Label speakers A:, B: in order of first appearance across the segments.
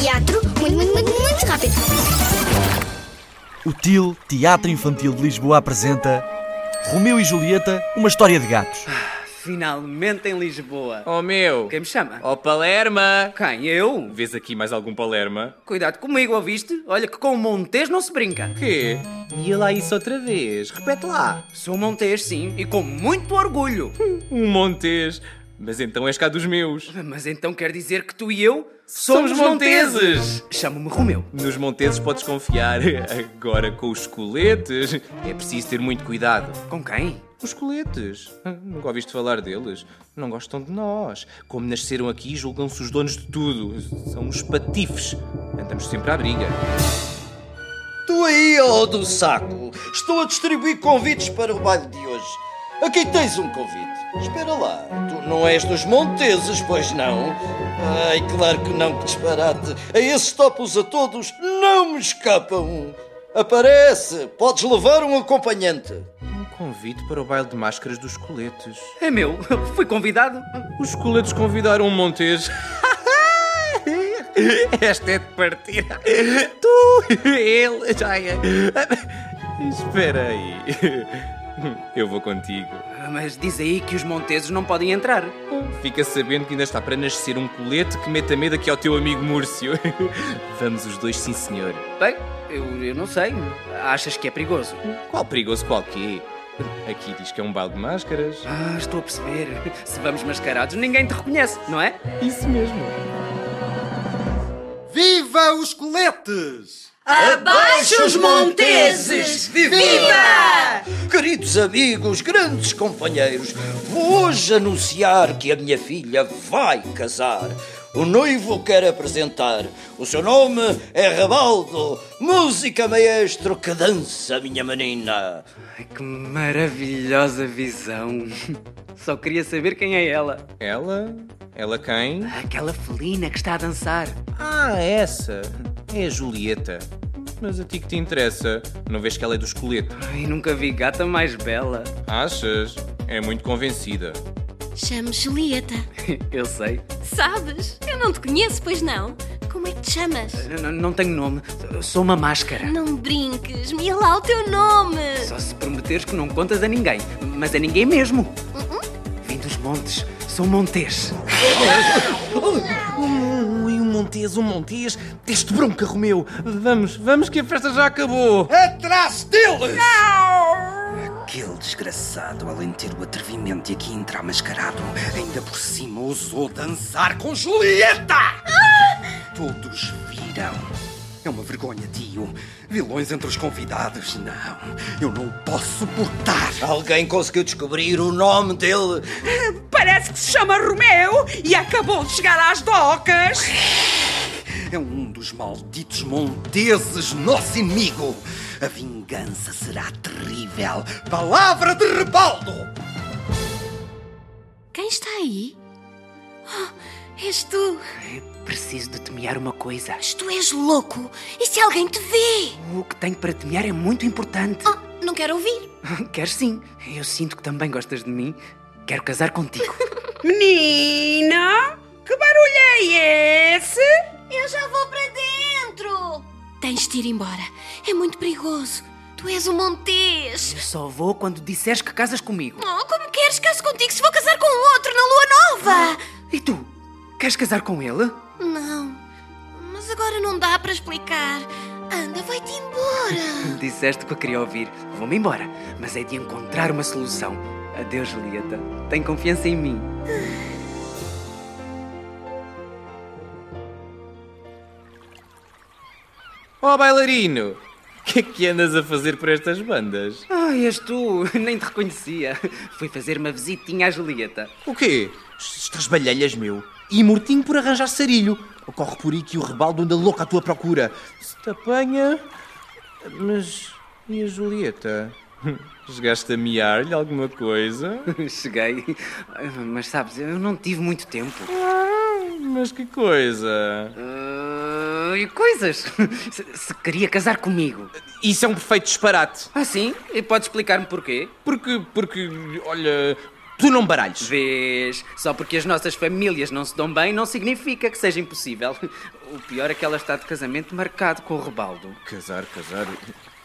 A: teatro muito, muito, muito, muito rápido.
B: O TIL, Teatro Infantil de Lisboa, apresenta Romeu e Julieta, uma história de gatos.
C: Finalmente em Lisboa.
D: Oh meu!
C: Quem me chama?
D: Oh Palerma!
C: Quem? Eu?
D: Vês aqui mais algum Palerma?
C: Cuidado comigo, ouviste? Olha que com o Montes não se brinca.
D: Quê? Ia lá isso outra vez, repete lá.
C: Sou Montes, sim, e com muito orgulho.
D: Um Montes. Mas então és cá dos meus.
C: Mas então quer dizer que tu e eu
D: Somos monteses.
C: Chamo-me Romeu.
D: Nos Monteses podes confiar. Agora com os coletes é preciso ter muito cuidado.
C: Com quem?
D: Os coletes? Nunca ouviste falar deles? Não gostam de nós. Como nasceram aqui, julgam-se os donos de tudo. São os patifes. Andamos sempre à briga.
E: Tu aí, ó do saco! Estou a distribuir convites para o baile de hoje. Aqui tens um convite. Espera lá, tu não és dos Monteses, pois não? Ai, claro que não, que disparate. A esses topos a todos não me escapa um. Aparece, podes levar um acompanhante.
D: Um convite para o baile de máscaras dos coletes.
C: É meu. Fui convidado.
D: Os coletes convidaram um Montes. Esta é de partir. Tu, ele, já é. Espera aí. Eu vou contigo.
C: Mas diz aí que os monteses não podem entrar.
D: Fica sabendo que ainda está para nascer um colete que meta medo aqui ao teu amigo Múrcio. Vamos os dois, sim senhor.
C: Bem, eu, eu não sei. Achas que é perigoso?
D: Qual perigoso qual quê? Aqui diz que é um balde de máscaras.
C: Ah, estou a perceber. Se vamos mascarados, ninguém te reconhece, não é?
D: Isso mesmo.
F: Viva os coletes!
G: Abaixo os monteses! Viva!
E: Queridos amigos, grandes companheiros, vou hoje anunciar que a minha filha vai casar. O noivo quer apresentar. O seu nome é Rabaldo. Música maestro que dança, minha menina.
C: Ai, que maravilhosa visão. Só queria saber quem é ela.
D: Ela? Ela quem?
C: Aquela felina que está a dançar.
D: Ah, essa. É a Julieta. Mas a ti que te interessa? Não vês que ela é dos coletes?
C: Ai, nunca vi gata mais bela.
D: Achas? É muito convencida.
H: Chamo Julieta.
C: Eu sei.
H: Sabes? Eu não te conheço, pois não? Como é que te chamas?
C: N- n- Não tenho nome. Sou uma máscara.
H: Não brinques, me lá o teu nome!
C: Só se prometeres que não contas a ninguém. Mas a ninguém mesmo.
I: Uh-uh.
C: Vim dos montes. Sou montês.
D: Ui, um Montes, um Montes. Teste bronca, Romeu. Vamos, vamos que a festa já acabou.
F: Atrás deles!
C: Aquele desgraçado, além de ter o atrevimento de aqui entrar mascarado, ainda por cima ousou dançar com Julieta!
F: Todos viram. É uma vergonha, tio. Vilões entre os convidados. Não, eu não o posso suportar.
E: Alguém conseguiu descobrir o nome dele?
I: Parece que se chama Romeu e acabou de chegar às docas.
F: É um dos malditos monteses, nosso inimigo. A vingança será terrível. Palavra de Rebaldo!
H: Quem está aí? Oh, és tu!
C: Preciso de temear uma coisa.
H: Mas tu és louco! E se alguém te vê?
C: O que tenho para temear é muito importante.
H: Oh, não quero ouvir!
C: Queres sim. Eu sinto que também gostas de mim. Quero casar contigo.
I: Menina, que barulho é esse?
H: Eu já vou para dentro! Tens de ir embora. É muito perigoso. Tu és um montês!
C: Só vou quando disseres que casas comigo.
H: Oh, como queres caso contigo se vou casar com outro na lua nova?
C: E tu? Queres casar com ele?
H: Não, mas agora não dá para explicar. Anda, vai-te embora!
C: Disseste o que eu queria ouvir. Vou-me embora. Mas é de encontrar uma solução. Adeus, Julieta. Tem confiança em mim.
D: Ó bailarino, o que é que andas a fazer por estas bandas?
C: Ah, és tu. Nem te reconhecia. Fui fazer uma visitinha à Julieta.
D: O quê? Estás balhelhas, meu. E mortinho por arranjar sarilho. Corre por aí que o rebaldo anda louco à tua procura. Se te apanha... Mas... E a Julieta? Chegaste a miar-lhe alguma coisa?
C: Cheguei. Mas sabes, eu não tive muito tempo.
D: Mas que coisa!
C: Ah, E coisas. Se, se queria casar comigo.
D: Isso é um perfeito disparate.
C: Ah, sim? E podes explicar-me porquê?
D: Porque, porque, olha, Tu não me baralhes.
J: Vês, só porque as nossas famílias não se dão bem não significa que seja impossível. O pior é que ela está de casamento marcado com o Rebaldo.
D: Casar, casar.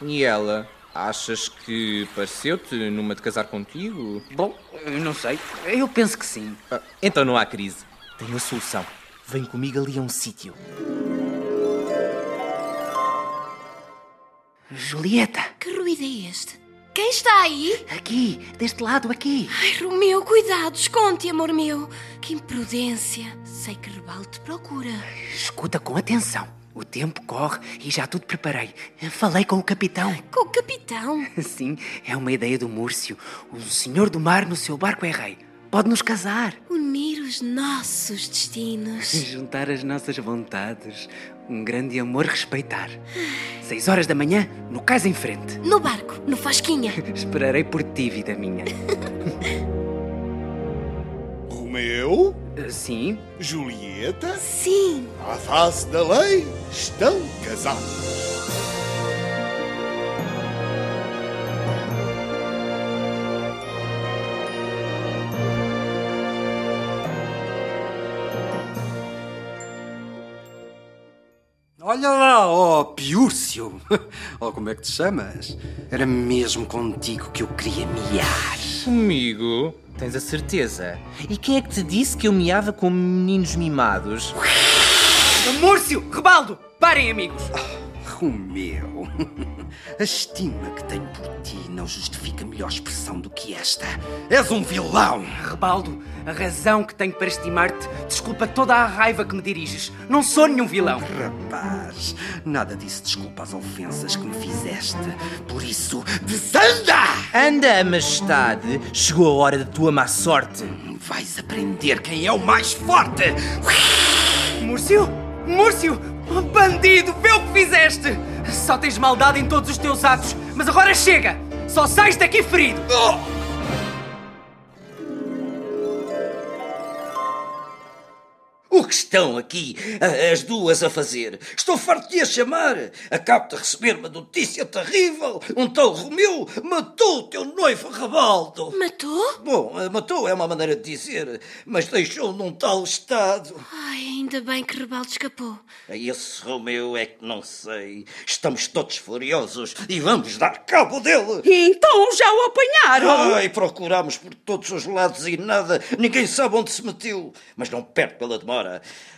D: E ela? Achas que pareceu-te numa de casar contigo?
J: Bom, não sei. Eu penso que sim.
D: Ah, então não há crise. Tenho a solução. Vem comigo ali a um sítio.
J: Julieta!
H: Que ruído é este? Quem está aí?
J: Aqui, deste lado, aqui.
H: Ai, Romeu, cuidado, esconde, amor meu. Que imprudência. Sei que Rebaldo te procura.
J: Escuta com atenção. O tempo corre e já tudo preparei. Falei com o capitão.
H: Com o capitão?
J: Sim, é uma ideia do Múrcio. Um senhor do mar no seu barco é rei. Pode nos casar.
H: Unir os nossos destinos.
J: Juntar as nossas vontades. Um grande amor respeitar. Seis horas da manhã, no cais em frente.
H: No barco, no Fasquinha.
J: Esperarei por ti, vida minha.
F: Romeu?
J: Eh, Sim.
F: Julieta?
H: Sim.
F: À face da lei, estão casados.
C: Olha lá, ó oh Piúrcio! Ou oh, como é que te chamas? Era mesmo contigo que eu queria miar.
D: Comigo? Tens a certeza? E quem é que te disse que eu miava com meninos mimados?
J: Múrcio! Rebaldo! Parem, amigos!
C: Oh, Romeu, a estima que tenho por ti não justifica melhor expressão do que esta. És um vilão!
J: Rebaldo, a razão que tenho para estimar-te desculpa toda a raiva que me diriges. Não sou nenhum vilão.
C: Rapaz, nada disso desculpa as ofensas que me fizeste. Por isso, desanda!
D: Anda, majestade. Chegou a hora da tua má sorte.
C: Hum, Vais aprender quem é o mais forte!
J: Múrcio? Múrcio! Bandido, vê o que fizeste! Só tens maldade em todos os teus atos, mas agora chega! Só sais daqui ferido! Oh!
E: O que estão aqui as duas a fazer? Estou farto de a chamar. Acabo de receber uma notícia terrível. Um tal Romeu matou o teu noivo Rabaldo.
H: Matou?
E: Bom, matou é uma maneira de dizer, mas deixou num tal estado.
H: Ai, ainda bem que Rebaldo escapou.
E: Esse Romeu é que não sei. Estamos todos furiosos e vamos dar cabo dele.
I: Então já o apanharam?
E: Ai, procurámos por todos os lados e nada. Ninguém sabe onde se meteu. Mas não perde pela demora.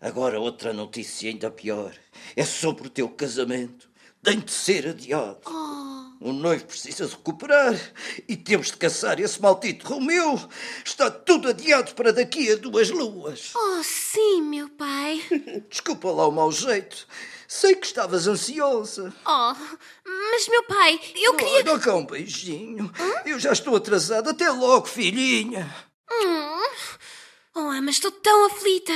E: Agora outra notícia ainda pior. É sobre o teu casamento. Tem de ser adiado. Oh. O noivo precisa recuperar e temos de caçar esse maldito Romeu. Está tudo adiado para daqui a duas luas.
H: Oh, sim, meu pai.
E: Desculpa lá o mau jeito. Sei que estavas ansiosa.
H: Oh, mas meu pai, eu queria.
E: Oh, dá cá um beijinho. Hum? Eu já estou atrasada. Até logo, filhinha.
H: Hum. Oh, mas estou tão aflita.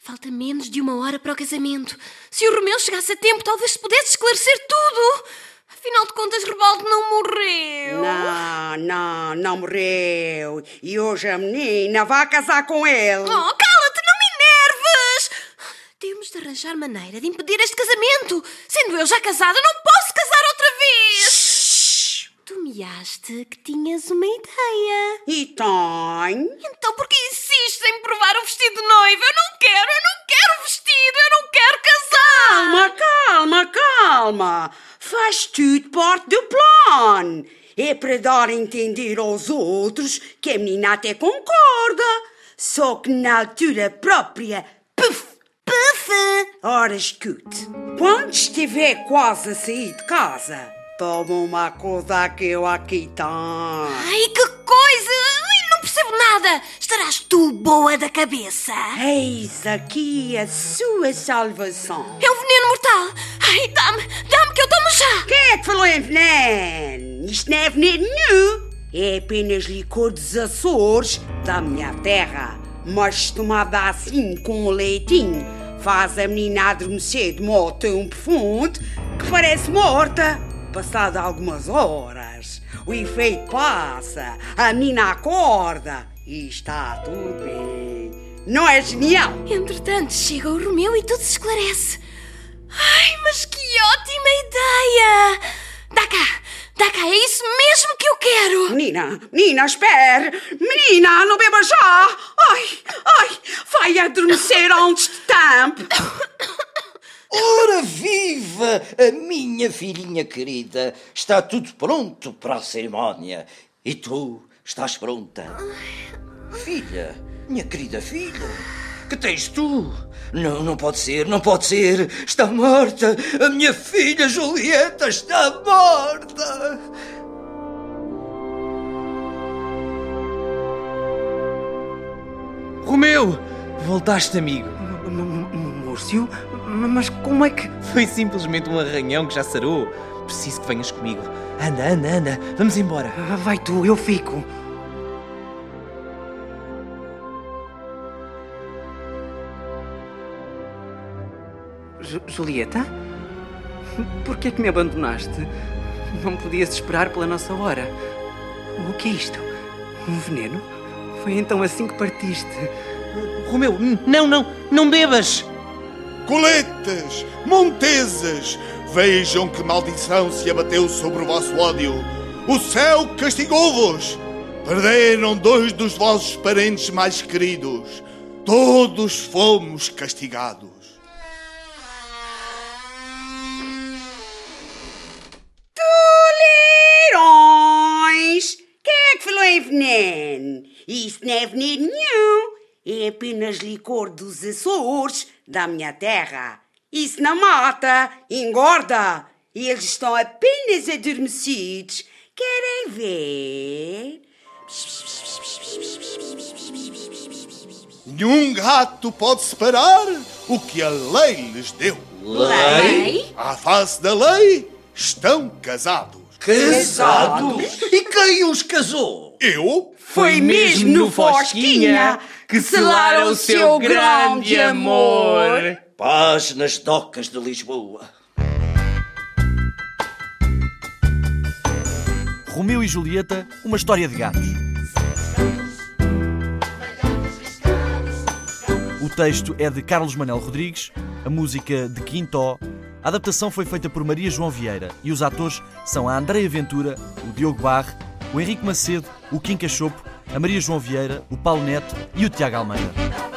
H: Falta menos de uma hora para o casamento. Se o Romeu chegasse a tempo, talvez se pudesse esclarecer tudo. Afinal de contas, Rebaldo não morreu.
G: Não, não, não morreu. E hoje a menina vai casar com ele.
H: Oh, cala-te, não me enerves! Temos de arranjar maneira de impedir este casamento. Sendo eu já casada, não posso casar outra vez. Shhh. Tu measte que tinhas uma ideia.
G: E tem?
H: Então por que insistes em provar o vestido de noiva? Eu não quero, eu não quero vestido, eu não quero casar!
G: Calma, calma, calma! Faz tudo parte do plano! É para dar a entender aos outros que a menina até concorda, só que na altura própria, puf!
H: Puf!
G: Ora, escute, quando estiver quase a sair de casa, toma uma coisa que eu aqui tenho.
H: Ai, que coisa! Ai, não percebo nada! Estarás tu boa da cabeça?
G: Eis aqui a sua salvação.
H: É um veneno mortal! Ai, dá-me, dá-me que eu tomo já!
G: Quem é que falou em veneno? Isto não é veneno nenhum! É apenas licor dos Açores, da minha terra. Mas tomada assim com um leitinho, faz a menina adormecer de modo tão profundo que parece morta passado algumas horas, o efeito passa, a menina acorda e está tudo bem. Não é genial?
H: Entretanto, chega o Romeu e tudo se esclarece. Ai, mas que ótima ideia! Dá cá, Está cá, é isso mesmo que eu quero!
G: Menina, menina, espere! Menina, não beba já! Ai, ai, vai adormecer antes de tempo!
E: Ora viva, a minha filhinha querida! Está tudo pronto para a cerimónia. E tu estás pronta? Filha, minha querida filha, que tens tu? Não, não pode ser, não pode ser! Está morta! A minha filha Julieta está morta!
D: Romeu! Voltaste, amigo.
J: Múrcio? Mas como é que.
D: Foi simplesmente um arranhão que já sarou. Preciso que venhas comigo. Anda, anda, anda. Vamos embora.
J: Vai tu, eu fico. Ju- Julieta? Por que é que me abandonaste? Não podias esperar pela nossa hora. O que é isto? Um veneno? Foi então assim que partiste.
D: Romeu, n- não, não, não bebas!
K: Coletas, Montesas, vejam que maldição se abateu sobre o vosso ódio. O céu castigou-vos. Perderam dois dos vossos parentes mais queridos. Todos fomos castigados.
G: Toleirões! Quem é que falou em veneno? Isso não é veneno nenhum. É apenas licor dos Açores, da minha terra. Isso não mata, engorda. Eles estão apenas adormecidos. Querem ver?
K: Nenhum gato pode separar o que a lei lhes deu.
H: Lei?
K: À face da lei, estão casados.
E: Casados? E quem os casou?
K: Eu?
E: Foi mesmo no Fosquinha que selaram o seu grande amor. Paz nas docas de Lisboa.
B: Romeu e Julieta, uma história de gatos. O texto é de Carlos Manel Rodrigues, a música de Quintó. A adaptação foi feita por Maria João Vieira e os atores são a Andréia Ventura, o Diogo Barre, o Henrique Macedo, o Kim Cachopo, a Maria João Vieira, o Paulo Neto e o Tiago Almeida.